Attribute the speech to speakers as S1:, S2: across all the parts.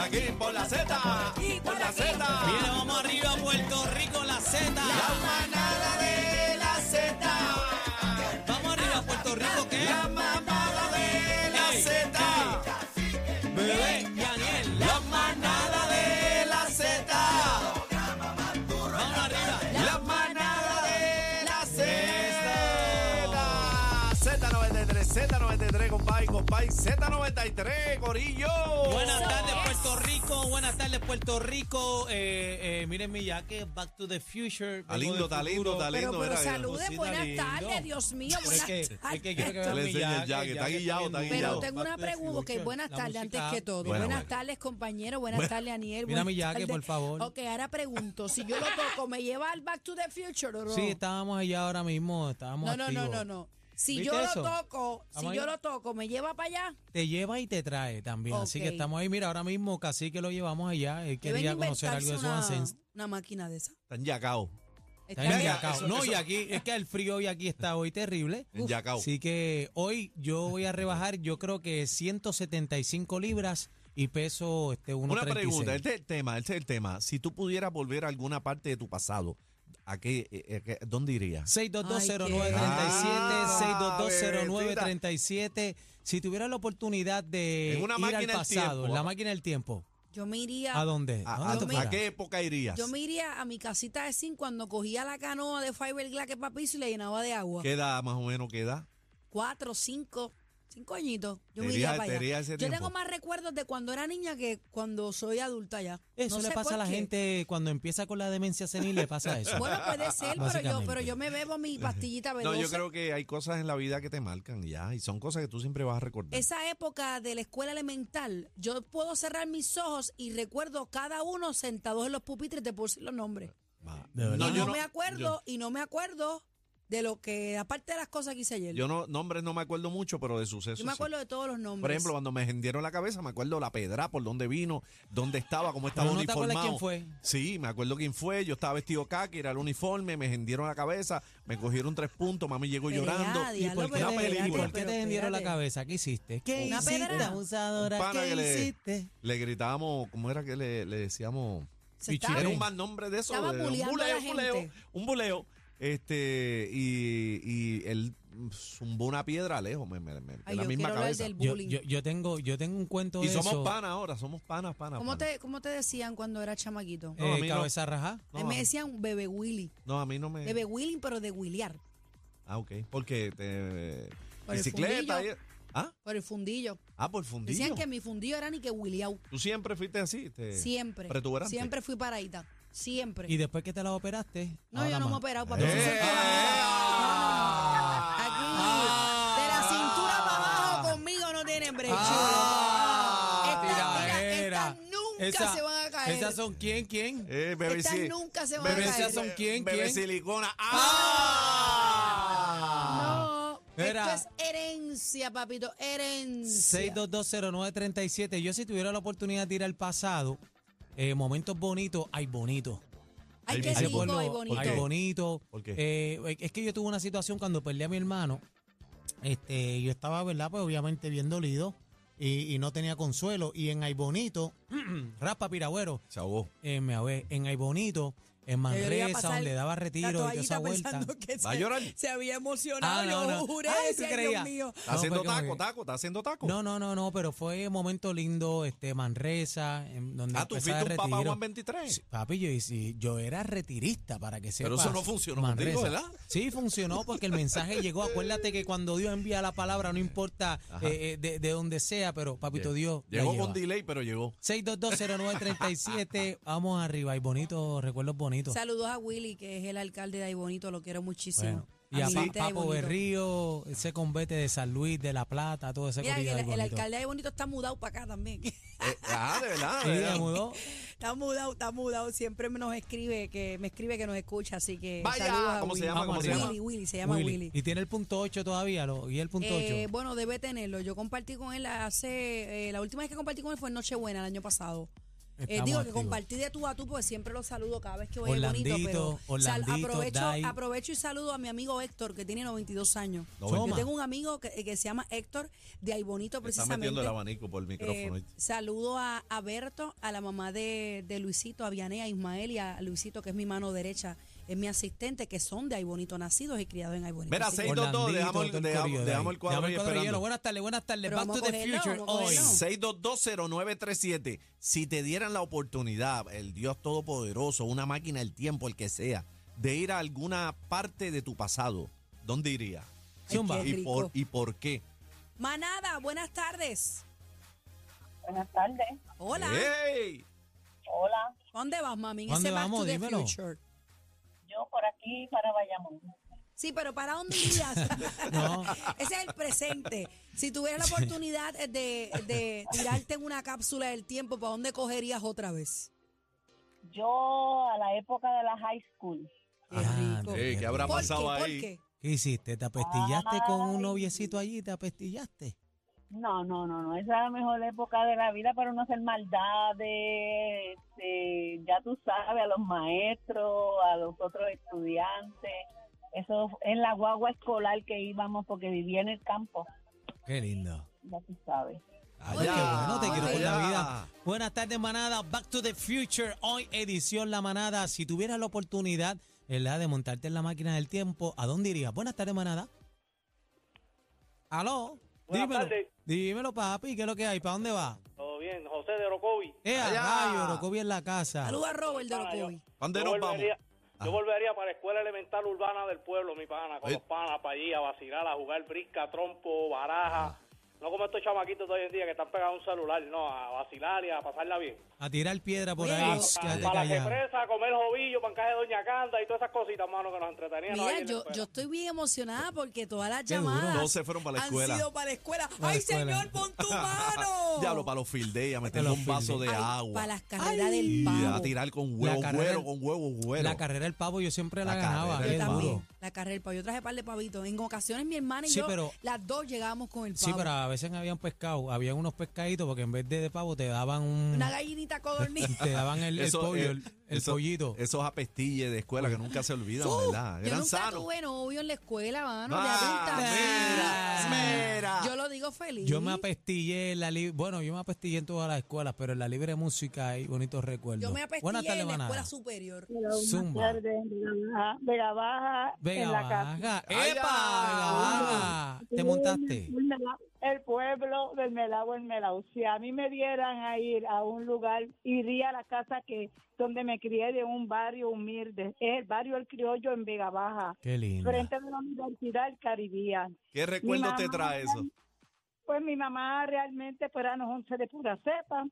S1: aquí por la Z, por la Z.
S2: Viene, vamos arriba, Puerto Rico, la Z.
S1: La manada de la Z.
S2: Vamos arriba, Puerto Rico, ¿qué?
S1: La manada de la
S2: Ey,
S1: Z.
S2: Bebé, Daniel,
S1: La manada de la Z.
S2: vamos arriba.
S1: La manada de la Z. Z93, Z93, compay, compay, Z93, Corillo.
S2: Buenas tardes, Puerto Rico. Buenas tardes, Puerto Rico. Eh, eh, miren mi jaque, Back to the Future.
S1: Está
S2: vengo
S1: lindo,
S2: del
S1: está lindo,
S2: futuro.
S1: está lindo.
S3: Pero, pero
S1: mira, mira.
S3: saluden,
S2: Rosita,
S3: buenas
S2: lindo.
S3: tardes, Dios mío,
S2: Es
S3: buenas
S2: que, es que quiero que
S3: tardes.
S2: vean
S1: Le
S2: mi
S1: enseña el
S2: jaque,
S1: jaque, está
S2: jaque
S1: guillado, está
S2: lindo.
S3: Pero
S1: guillado.
S3: tengo una
S2: Back to the
S3: pregunta, ok,
S2: Future.
S3: buenas
S2: La
S3: tardes
S2: música-
S3: antes que todo.
S1: Bueno,
S3: buenas
S1: bueno.
S3: tardes, compañero, buenas tardes, Aniel. buenas
S2: Mira mi jaque,
S3: tardes.
S2: por favor.
S3: Ok, ahora pregunto, si yo lo toco, ¿me lleva al Back to the Future o no?
S2: Sí, estábamos allá ahora mismo, estábamos
S3: no, no, no,
S2: activos.
S3: no, no. Si
S2: ¿Viste
S3: yo
S2: eso?
S3: lo toco, si
S2: Vamos
S3: yo
S2: ahí.
S3: lo toco, ¿me lleva para allá?
S2: Te lleva y te trae también, así que
S3: Ok.
S2: estamos ahí. Mira, ahora mismo casi que lo llevamos allá.
S3: Deben
S2: Él quería conocer algo de
S3: inventarse
S2: sus
S3: una,
S2: ancestros.
S3: una máquina de esa.
S1: Están oh. yacao.
S3: Está
S2: Está en
S3: bien.
S2: Yacao.
S1: eso-
S2: no,
S1: eso-
S2: y aquí, es que el frío hoy aquí está hoy terrible.
S1: En Yacao.
S2: Así que hoy yo voy a rebajar, yo creo que 175 libras y peso este
S1: Una pregunta,
S2: 1.36.
S1: este es el tema, este es el tema. Si tú pudieras volver a alguna parte de tu pasado, ¿a qué, eh, a qué- dónde irías?
S2: 6220937,
S1: Ah,
S2: 6220937. Si tuviera la oportunidad de
S1: En una
S2: ir al
S1: máquina del
S2: pasado,
S1: tiempo.
S2: la máquina del tiempo,
S3: Yo me iría.
S2: ¿a dónde?
S1: ¿A,
S3: Ah,
S2: dónde
S1: a-
S2: tú
S1: a
S2: fueras?
S1: qué época irías?
S3: Yo me iría a mi casita de zinc cuando cogía la canoa de fiberglass que papizo y la llenaba de agua.
S1: ¿Qué edad más o menos queda?
S3: Cuatro, cinco, cinco añitos. Yo me
S1: Te
S3: iría
S1: irías-
S3: para
S1: te
S3: allá.
S1: irías ese
S3: Yo
S1: tiempo.
S3: tengo más recuerdos de cuando era niña que cuando soy adulta ya.
S2: Eso
S3: No
S2: le
S3: sé
S2: pasa
S3: por
S2: a la
S3: qué.
S2: gente cuando empieza con la demencia senil, le pasa eso.
S3: Bueno, puede ser, pero yo,
S2: Básicamente.
S3: pero yo me bebo mi pastillita
S1: No,
S3: veloz.
S1: yo creo que hay cosas en la vida que te marcan ya y son cosas que tú siempre vas a recordar.
S3: Esa época de la escuela elemental, yo puedo cerrar mis ojos y recuerdo cada uno sentados en los pupitres, te puedo decir los nombres.
S1: Va.
S2: De verdad.
S3: y
S2: yo
S3: no, me
S1: yo-
S3: acuerdo, y no me acuerdo de lo que, aparte de las cosas que hice ayer.
S1: Yo no, nombres no me acuerdo mucho, pero de sucesos.
S3: Yo me
S1: sí.
S3: acuerdo de todos los nombres.
S1: Por ejemplo, cuando me hendieron la cabeza, me acuerdo la pedra, por dónde vino, dónde estaba, cómo estaba
S2: Pero no te
S1: uniformado.
S2: acuerdas quién fue.
S1: Sí, me acuerdo quién fue. Yo estaba vestido que era el uniforme, me hendieron la cabeza, me cogieron tres puntos, mami llegó
S3: Pero ya,
S1: llorando.
S3: ¿Y diablo,
S2: ¿Por qué,
S3: Una
S2: te,
S3: película.
S2: ¿y por qué
S3: Pero
S2: te vendieron la
S3: espérate.
S2: cabeza? ¿Qué hiciste? ¿Qué
S3: Una
S2: hiciste?
S3: pedra.
S2: abusadora?
S1: Un pana
S2: ¿Qué
S1: que le-
S2: hiciste?
S1: Le gritábamos, ¿cómo era que le, le decíamos?
S3: Se
S2: Pichiré.
S3: estaba
S1: Era un mal nombre de eso.
S3: Estaba
S1: de- un
S3: buleando a
S1: buleo,
S3: la
S1: un buleo,
S3: gente.
S1: un buleo. Este, y, y él zumbó una piedra lejos, me, me- me- en la
S3: Ay, yo quiero
S1: misma
S3: hablar
S1: cabeza.
S3: del
S2: Yo,
S3: bullying.
S2: yo, yo tengo, yo tengo un cuento
S1: Y
S2: de eso.
S1: somos panas ahora, somos panas, panas.
S3: ¿Cómo,
S1: panas.
S3: te, ¿Cómo te decían cuando era chamaquito?
S2: Ah, eh,
S1: No, a mí no.
S2: cabeza rajá.
S1: No,
S3: Eh,
S1: a
S3: me
S1: mí-
S3: decían bebé Willy.
S1: No, a mí no me.
S3: Bebé Willy, pero de Williar.
S1: Ah, ok. Porque te.
S3: Por el
S1: bicicleta.
S3: fundillo.
S1: y- ah,
S3: Por el fundillo.
S1: ah, por fundillo.
S3: Decían que mi fundillo era ni que Williau.
S1: Tú siempre fuiste así. Te...
S3: Siempre.
S1: Protuberante.
S3: Siempre fui paradita. Siempre.
S2: Y después que te la operaste.
S3: no,
S2: ahora
S3: yo no me he
S2: más.
S3: operado,
S1: ¡Eh!
S3: papá. Eso es toda la vida. No, no, no. Aquí, de la cintura para abajo conmigo no tienen brecho.
S2: Ah,
S3: estas, mira,
S2: tiradera.
S3: estas nunca
S2: Esa-
S3: se van a caer.
S2: ¿Esas son quién? ¿Quién?
S1: Eh, bebé,
S3: Estas
S1: si-
S3: nunca se van a
S1: bebé,
S3: caer.
S1: si-
S2: ¿Esas son quién,
S1: Bebé
S2: quién?
S1: sisilicona. ¡Ah!
S3: No,
S2: Mira.
S3: esto es herencia, papito, herencia.
S2: 6220937. Yo si tuviera la oportunidad de ir al pasado, eh, momentos bonitos, hay bonitos.
S3: Ay,
S1: Ahí
S3: qué
S1: dice,
S2: Ese
S3: rico,
S2: pueblo,
S3: ay,
S1: ¿por
S3: bonito.
S2: ay,
S1: qué?
S2: bonito.
S1: ¿Por qué?
S2: Eh, es que yo tuve una situación cuando perdí a mi hermano. Este, yo estaba, ¿verdad? Pues obviamente bien dolido y, y no tenía consuelo. Y en Ay Bonito, Raspa Piragüero,
S1: Se ahogó.
S2: eh, me ahogué. en Ay Bonito, en
S3: Yo iba a
S2: Manresa,
S3: pasar
S2: donde daba
S3: La
S2: retiro y toda esa
S3: toallita
S2: vuelta.
S3: pensando que
S1: ¿Va a llorar?
S3: se, se había emocionado,
S2: Ah, no,
S3: yo
S2: no.
S3: juré,
S2: Ay,
S3: decía,
S2: ¿tú
S3: Dios
S2: creías?
S3: mío.
S1: Está
S2: No,
S1: haciendo
S2: fue como
S1: taco,
S2: que-
S1: taco, está haciendo taco.
S2: No, no, no, no, pero fue un momento lindo, este, Manresa, en donde
S1: ah, tú
S2: empezaba
S1: fuiste un
S2: el
S1: papá
S2: retiro.
S1: Juan 23.
S2: Sí, Papi, yo, y si- yo era retirista para que sepas.
S1: Pero eso no funcionó
S2: Manresa.
S1: contigo, ¿verdad?
S2: Sí, funcionó porque el mensaje llegó. Acuérdate que cuando Dios envía la palabra, no importa eh, eh, de, de donde sea, pero papito Dios. la
S1: Llegó
S2: lleva.
S1: con delay, pero llegó.
S2: 6220937, vamos arriba. Y bonitos, recuerdos bonitos.
S3: Saludos a Willy, que es el alcalde de Aibonito, lo quiero muchísimo.
S2: Bueno, y a
S3: mi
S2: Pa-
S3: gente de
S2: Papo
S3: Aibonito.
S2: Berrío, ese convete de San Luis, de La Plata, todo ese
S3: Mira, que
S2: corrido
S3: el,
S2: ahí
S3: el
S2: bonito.
S3: alcalde de Aibonito está mudado para acá también.
S1: Eh, ah, de verdad.
S2: Sí,
S1: de
S2: se
S1: verdad.
S2: mudó.
S3: está mudado, está mudado. Siempre me nos escribe, que me escribe que nos escucha, así que
S1: Vaya,
S3: saludos a
S1: ¿cómo se
S3: Willy.
S1: llama?
S2: Vamos
S1: ¿Cómo se
S2: arriba.
S1: llama?
S3: Willy, Willy, se llama Willy.
S2: Y tiene el punto 8 todavía, lo, y el punto
S3: Eh,
S2: 8.
S3: bueno, debe tenerlo. Yo compartí con él hace. eh, la última vez que compartí con él fue en Nochebuena, el año pasado. Eh,
S2: Estamos
S3: digo que
S2: activos.
S3: compartí de tú a tú, porque siempre los saludo cada vez que voy a bonito.
S2: Orlandito,
S3: Pero sal-
S2: Orlandito, Dai.
S3: aprovecho, aprovecho y saludo a mi amigo Héctor, que tiene 92 años.
S2: Toma.
S3: Yo tengo un amigo que, eh, que se llama Héctor de Aibonito,
S1: Le Está metiendo
S3: precisamente.
S1: el abanico por el micrófono.
S3: Eh, saludo a, a Berto, a la mamá de, de Luisito, a Vianey, a Ismael y a Luisito, que es mi mano derecha, es mi asistente, que son de Aibonito, nacidos y criados en Aibonito.
S1: Mira,
S3: Así que-
S1: seis- 622, dejamos el-
S2: todo
S1: dejamos-
S2: corillo de
S1: dejamos
S2: ahí.
S1: el cuadro ahí
S2: Dejamos de
S1: esperando.
S2: hielo. Buenas tardes, buenas tardes.
S3: Pero
S2: Back
S3: vamos
S2: to
S3: a
S2: the
S3: cogerlo,
S2: future
S3: vamos a
S2: hoy.
S3: cogerlo.
S2: Sí.
S1: 6220937. Si te dieran la oportunidad, el Dios Todopoderoso, una máquina, el tiempo, el que sea, de ir a alguna parte de tu pasado, ¿dónde irías?
S2: Zumba.
S3: Ay, eh, qué
S1: ¿Y por,
S3: rico.
S1: ¿Y por qué?
S3: Manada, buenas tardes.
S4: Buenas tardes.
S3: Hola.
S1: Eh. ¡Ey!
S4: Hola.
S3: ¿Dónde vas, mami? En
S2: ¿Dónde
S3: ese Back
S2: vamos?
S3: to the
S2: Dímelo.
S3: Future.
S4: Yo por aquí para Bayamón.
S3: Sí, pero ¿para dónde irías?
S2: No.
S3: Ese es el presente. Si tuvieras la oportunidad de, de tirarte en una cápsula del tiempo, ¿para dónde cogerías otra vez?
S4: Yo a la época de la high school.
S3: Qué
S2: Ah,
S3: rico.
S1: Ey, ¿qué habrá
S3: ¿Por
S1: pasado
S3: qué? ¿Por
S1: ahí?
S3: qué?
S2: ¿Qué hiciste? ¿Te apestillaste con un
S4: Ay.
S2: noviecito allí? ¿Te apestillaste?
S4: No, no, no, no. Esa era la mejor época de la vida para no hacer maldades. este, ya tú sabes, a los maestros, a los otros estudiantes. Eso en la guagua escolar que íbamos porque vivía en el campo.
S2: Qué lindo.
S4: Ya tú sabes.
S2: Ay, qué bueno, te quiero por la
S1: Allá.
S2: vida. Buenas tardes, manada. Back to the future. Hoy, edición La Manada. Si tuvieras la oportunidad, ¿verdad?, de montarte en la máquina del tiempo, ¿a dónde irías? Buenas tardes, manada. ¿Aló?
S5: Buenas
S2: Dímelo.
S5: tardes.
S2: Dímelo, papi. ¿Qué es lo que hay? ¿Para dónde va?
S5: Todo bien, José de Rocovi.
S2: Eh, a
S1: Allá.
S2: rayo, Rocovi en la casa.
S3: Saluda a Robert de
S5: Ah, yo-
S3: Orocovi.
S1: ¿Dónde
S5: Yo
S1: nos vamos?
S5: volvería,
S1: Ajá.
S5: yo volvería para la escuela elemental urbana del pueblo, mi pana, con
S1: Oye.
S5: los panas para allí a vacilar, a jugar brisca, trompo, baraja.
S1: Ah.
S5: No como estos chamaquitos de hoy en día que están pegados a un celular, no, a vacilar y a pasarla bien.
S2: A tirar piedra por
S3: Oye,
S2: ahí.
S3: pa-
S2: que-
S5: para la
S2: callado.
S5: represa, a comer jovillo, pancaje de Doña Canda y todas esas cositas, mano, que nos entretenían. ¿no?
S3: Mira,
S5: Ahí en la
S3: yo,
S5: escuela.
S3: yo estoy bien emocionada porque todas las
S2: Qué duro.
S3: llamadas
S1: Todos se fueron para la escuela.
S3: han sido para la escuela.
S2: la
S3: ¡Ay,
S2: escuela.
S3: señor, pon tu mano!
S1: Diablo, para los field day, a meterle
S2: los
S1: un
S2: field
S1: vaso
S2: day.
S1: de
S3: Ay,
S1: agua.
S3: Para las carreras
S1: Y
S3: del
S1: a
S3: pavo.
S1: tirar con
S2: La
S1: huevo,
S2: carrera-
S1: güero, con huevo, güero.
S2: La carrera del pavo yo siempre la,
S1: La
S2: ganaba.
S1: carrera
S3: Yo
S2: qué
S1: del pavo.
S2: duro.
S3: también, la carrera del pavo. Yo traje par de pavitos. En ocasiones mi hermana y
S2: Sí,
S3: yo,
S2: pero-
S3: las dos llegábamos con el pavo.
S2: Sí, pero a veces habían pescado, habían unos pescaditos porque en vez de, de pavo te daban un...
S3: Una gallinita codorniz.
S2: te daban el, el
S1: Eso,
S2: pollo,
S1: eh,
S2: el, el
S1: eso-
S2: pollito.
S1: Esos apestilles de escuela que nunca se olvidan,
S3: Uf,
S1: ¿verdad?
S3: yo
S1: Eran
S3: nunca
S1: sanos.
S3: tuve novio en la escuela, mano, de
S1: Ah,
S3: adulta.
S1: mira, mira.
S3: Yo lo digo feliz.
S2: Yo me apestillé en la libre, bueno, yo me apestillé en todas las escuelas, pero en la libre música hay bonitos recuerdos.
S3: Yo me
S2: Buenas
S3: apestillé
S2: tardes,
S3: en la
S2: manada.
S3: escuela superior.
S2: Zumba.
S4: Vega Baja.
S2: Vega Baja. ¡Epa!
S1: Allá.
S2: Vega Baja. ¿Te montaste?
S4: El Mela- El pueblo del Melao en Melao. Si a mí me dieran a ir a un lugar, iría a la casa que donde me crié de un barrio humilde. Es el barrio El Criollo en Vega Baja,
S2: Qué lindo.
S4: frente a la Universidad del Caribe.
S1: ¿Qué recuerdo te
S4: mamá
S1: trae eso?
S4: Pues mi mamá realmente pues éramos once de pura cepa.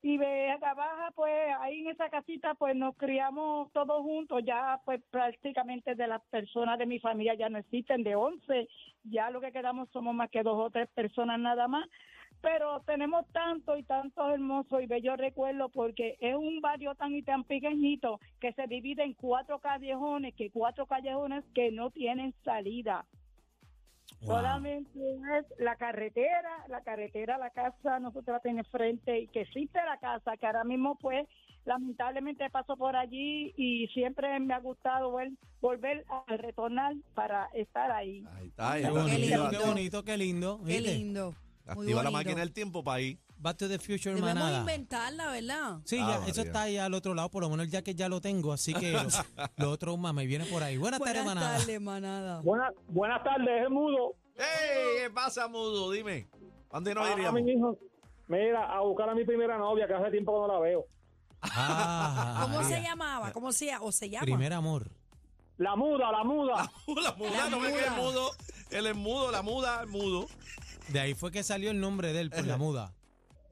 S4: Y Vega Baja, pues ahí en esa casita, pues nos criamos todos juntos. Ya, pues prácticamente de las personas de mi familia ya no existen, de once. Ya lo que quedamos somos más que dos o tres personas nada más. Pero tenemos tanto y tantos hermosos y bellos recuerdos porque es un barrio tan y tan pequeñito que se divide en cuatro callejones, que cuatro callejones que no tienen salida.
S2: Wow.
S4: Solamente es la carretera, la carretera, la casa, nosotros la tenemos frente y que existe la casa, que ahora mismo pues lamentablemente paso por allí y siempre me ha gustado vol- volver a retornar para estar ahí.
S1: Ahí está, ahí
S2: Qué
S1: está.
S2: bonito,
S3: lindo.
S2: qué bonito, qué lindo.
S3: Qué
S2: ¿viste?
S3: lindo. Muy
S1: Activa la
S3: bonito.
S1: máquina del tiempo para ahí.
S2: Back to the future,
S3: Debemos
S2: manada.
S3: inventarla, ¿verdad?
S2: Sí,
S1: Ah,
S2: ya, eso
S1: María.
S2: está ahí al otro lado, por lo menos ya que ya lo tengo, así que lo, lo otro más me viene por ahí. Buenas, tardes, manada.
S3: tardes, manada.
S6: Buenas, buenas tardes, es mudo.
S1: ¡Ey! ¿Qué pasa, Mudo? Dime. ¿Dónde nos
S6: Ah,
S1: iríamos?
S6: mi hijo. Mira, a buscar a mi primera novia, que hace tiempo que no la veo.
S2: Ah,
S3: ¿Cómo
S2: María.
S3: se llamaba? ¿Cómo se llama? ¿O se llama?
S2: Primer amor.
S6: La muda, la muda.
S1: La muda,
S3: La
S1: no me
S3: muda.
S1: quede mudo. Él es mudo, la muda, el mudo.
S2: De ahí fue que salió el nombre de él por la
S1: Eh.
S2: muda.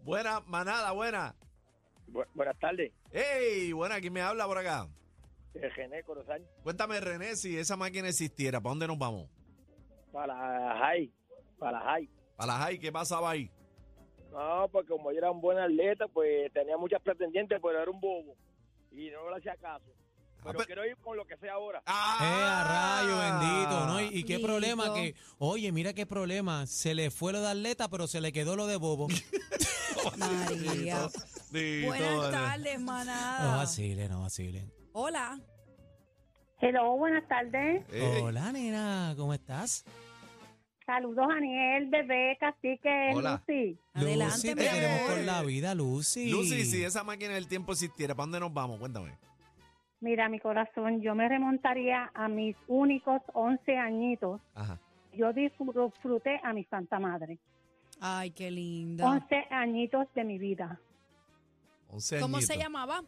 S1: Buena, manada, buena.
S6: buenas tardes, eh,
S1: ¡Ey! Buena, ¿quién me habla por acá?
S6: René Corozal,
S1: Cuéntame, René, si esa máquina existiera, ¿para dónde nos vamos?
S6: para Jai, para Jai.
S1: ¿Para la high? ¿Qué pasaba ahí?
S2: Eh,
S6: No, porque como yo era un buen atleta, pues tenía muchas pretendientes, pero era un bobo. Y no le hacía caso.
S1: Ah,
S6: Pero
S1: pe-
S6: quiero ir con lo que sea ahora.
S1: ¡Ah!
S2: ¡Eh, a rayo bendito! ¿no? Y, y qué
S3: Bendito.
S2: problema que... Oye, mira qué problema. Se le fue lo de atleta, pero se le quedó lo de bobo.
S3: María.
S1: Bendito.
S3: Buenas
S1: vale.
S3: tardes,
S2: No
S3: manada.
S2: vacilen, no vacilen.
S3: Hola.
S4: Hello, buenas tardes.
S1: Ey,
S2: Hola, nena, ¿cómo estás?
S4: Saludos, Aniel, bebé, cacique,
S1: Hola.
S4: Lucy.
S3: Adelante,
S2: Lucy,
S3: mi
S2: te queremos
S3: amor.
S2: con la vida, Lucy.
S1: Lucy, si esa máquina del tiempo existiera, ¿para dónde nos vamos? Cuéntame.
S4: Mira, mi corazón, yo me remontaría a mis únicos 11 añitos.
S1: Ajá.
S4: Yo disfruté a mi Santa Madre.
S3: Ay, qué linda.
S4: 11 añitos de mi vida.
S1: 11
S3: ¿Cómo se
S1: añitos.
S3: llamaba?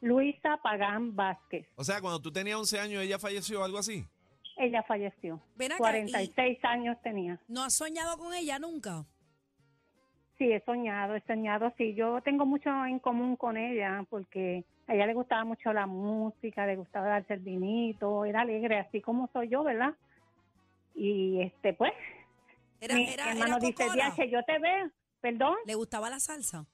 S4: Luisa Pagán Vázquez.
S1: O sea, cuando tú tenías 11 años, ella falleció o algo así.
S4: Ella falleció.
S3: Ven acá,
S4: 46 años tenía.
S3: ¿No has soñado con ella nunca?
S4: Sí, he soñado, he soñado. Sí, yo tengo mucho en común con ella porque a ella le gustaba mucho la música, le gustaba darse el vinito, era alegre, así como soy yo, ¿verdad? Y este, pues,
S3: Era,
S4: mi
S3: era,
S4: hermano
S3: era
S4: dice,
S3: cocora.
S4: "Diache, yo te veo. ¿Perdón?
S3: ¿Le gustaba la salsa?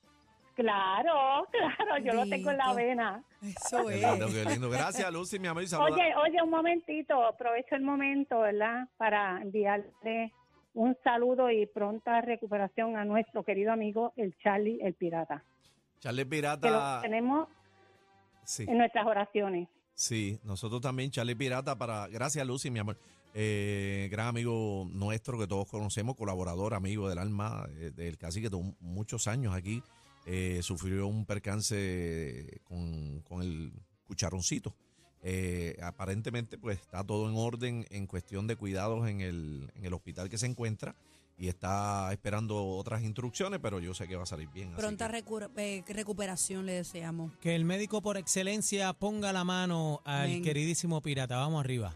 S4: Claro, claro, yo lo tengo en la
S3: Bendito.
S4: vena.
S3: Eso
S1: Qué
S3: es.
S1: lindo, qué lindo. Gracias, Lucy, mi amor. Y saluda-
S4: Pues. Oye, oye, un momentito, aprovecho el momento, ¿verdad? Para enviarle un saludo y pronta recuperación a nuestro querido amigo, el Charlie, el pirata.
S1: Charles
S4: Que lo
S1: Pirata.
S4: tenemos
S1: Sí,
S4: en nuestras oraciones.
S1: sí, nosotros también, Charles Pirata, para. Gracias, Lucy, mi amor. Eh, gran amigo nuestro que todos conocemos, colaborador, amigo del alma, eh, del cacique, tuvo muchos años aquí. Eh, sufrió un percance con, con el cucharoncito. Eh, aparentemente, pues está todo en orden en cuestión de cuidados en el, en el hospital que se encuentra y está esperando otras instrucciones, pero yo sé que va a salir bien. así
S3: Pronta
S1: que-
S3: recu- eh, recuperación le deseamos.
S2: Que el médico por excelencia ponga la mano al
S3: Ven.
S2: queridísimo pirata. Vamos arriba.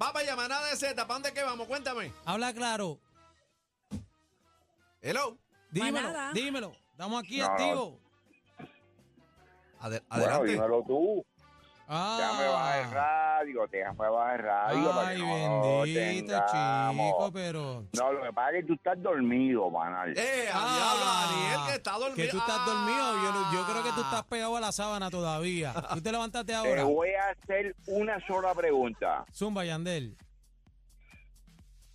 S1: Va para allá, manada de Z, ¿para dónde que vamos? Cuéntame.
S2: Habla claro.
S1: Hello.
S2: Dímelo,
S3: Manada.
S2: dímelo. Estamos aquí
S6: No, no.
S2: activos.
S1: Ade-
S6: Bueno,
S1: adelante.
S6: dímelo tú. Déjame bajar el
S2: Ah.
S6: radio, déjame bajar el radio. para
S2: Ay,
S6: que no
S2: bendito,
S6: tengamos-
S2: chico, pero...
S6: No, lo que pasa es que tú estás dormido, banal.
S1: eh, a
S2: Ah,
S1: diablo, Ariel, que está dormido.
S2: Que tú estás dormido, yo, no- yo creo que tú
S1: Ah.
S2: estás pegado a la sábana todavía. Tú te levantaste
S6: Te
S2: ahora.
S6: voy a hacer una sola pregunta.
S2: Zumba, Yandel.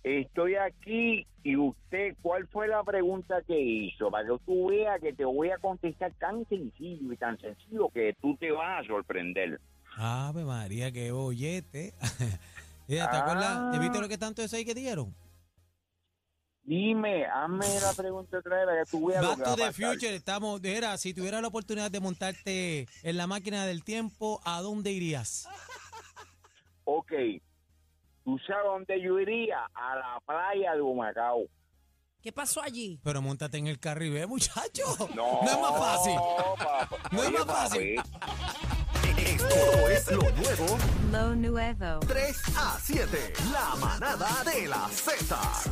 S6: Estoy aquí y usted, ¿cuál fue la pregunta que hizo? Para que tú veas que te voy a contestar tan sencillo y tan sencillo que tú te vas a sorprender.
S2: Ave María, qué bollete. Mira, ¿te
S6: Ah.
S2: acuerdas? ¿Te viste lo que tanto eso ahí que dieron?
S6: Dime, hazme la pregunta otra vez para que tú veas lo
S2: Back
S6: que va
S2: to
S6: a
S2: the
S6: pasar.
S2: Future, estamos, era, si tuvieras la oportunidad de montarte en la máquina del tiempo, ¿a dónde irías?
S6: Ok, ¿tú sabes dónde yo iría? A la playa de Humacao.
S3: ¿Qué pasó allí?
S2: Pero montate en el carro y ve, muchacho.
S6: No,
S2: es más fácil.
S6: papá.
S2: No es
S6: Oye,
S2: más fácil.
S6: papi,
S7: Esto es lo nuevo. Lo nuevo. 3 a 7. La manada de la Z.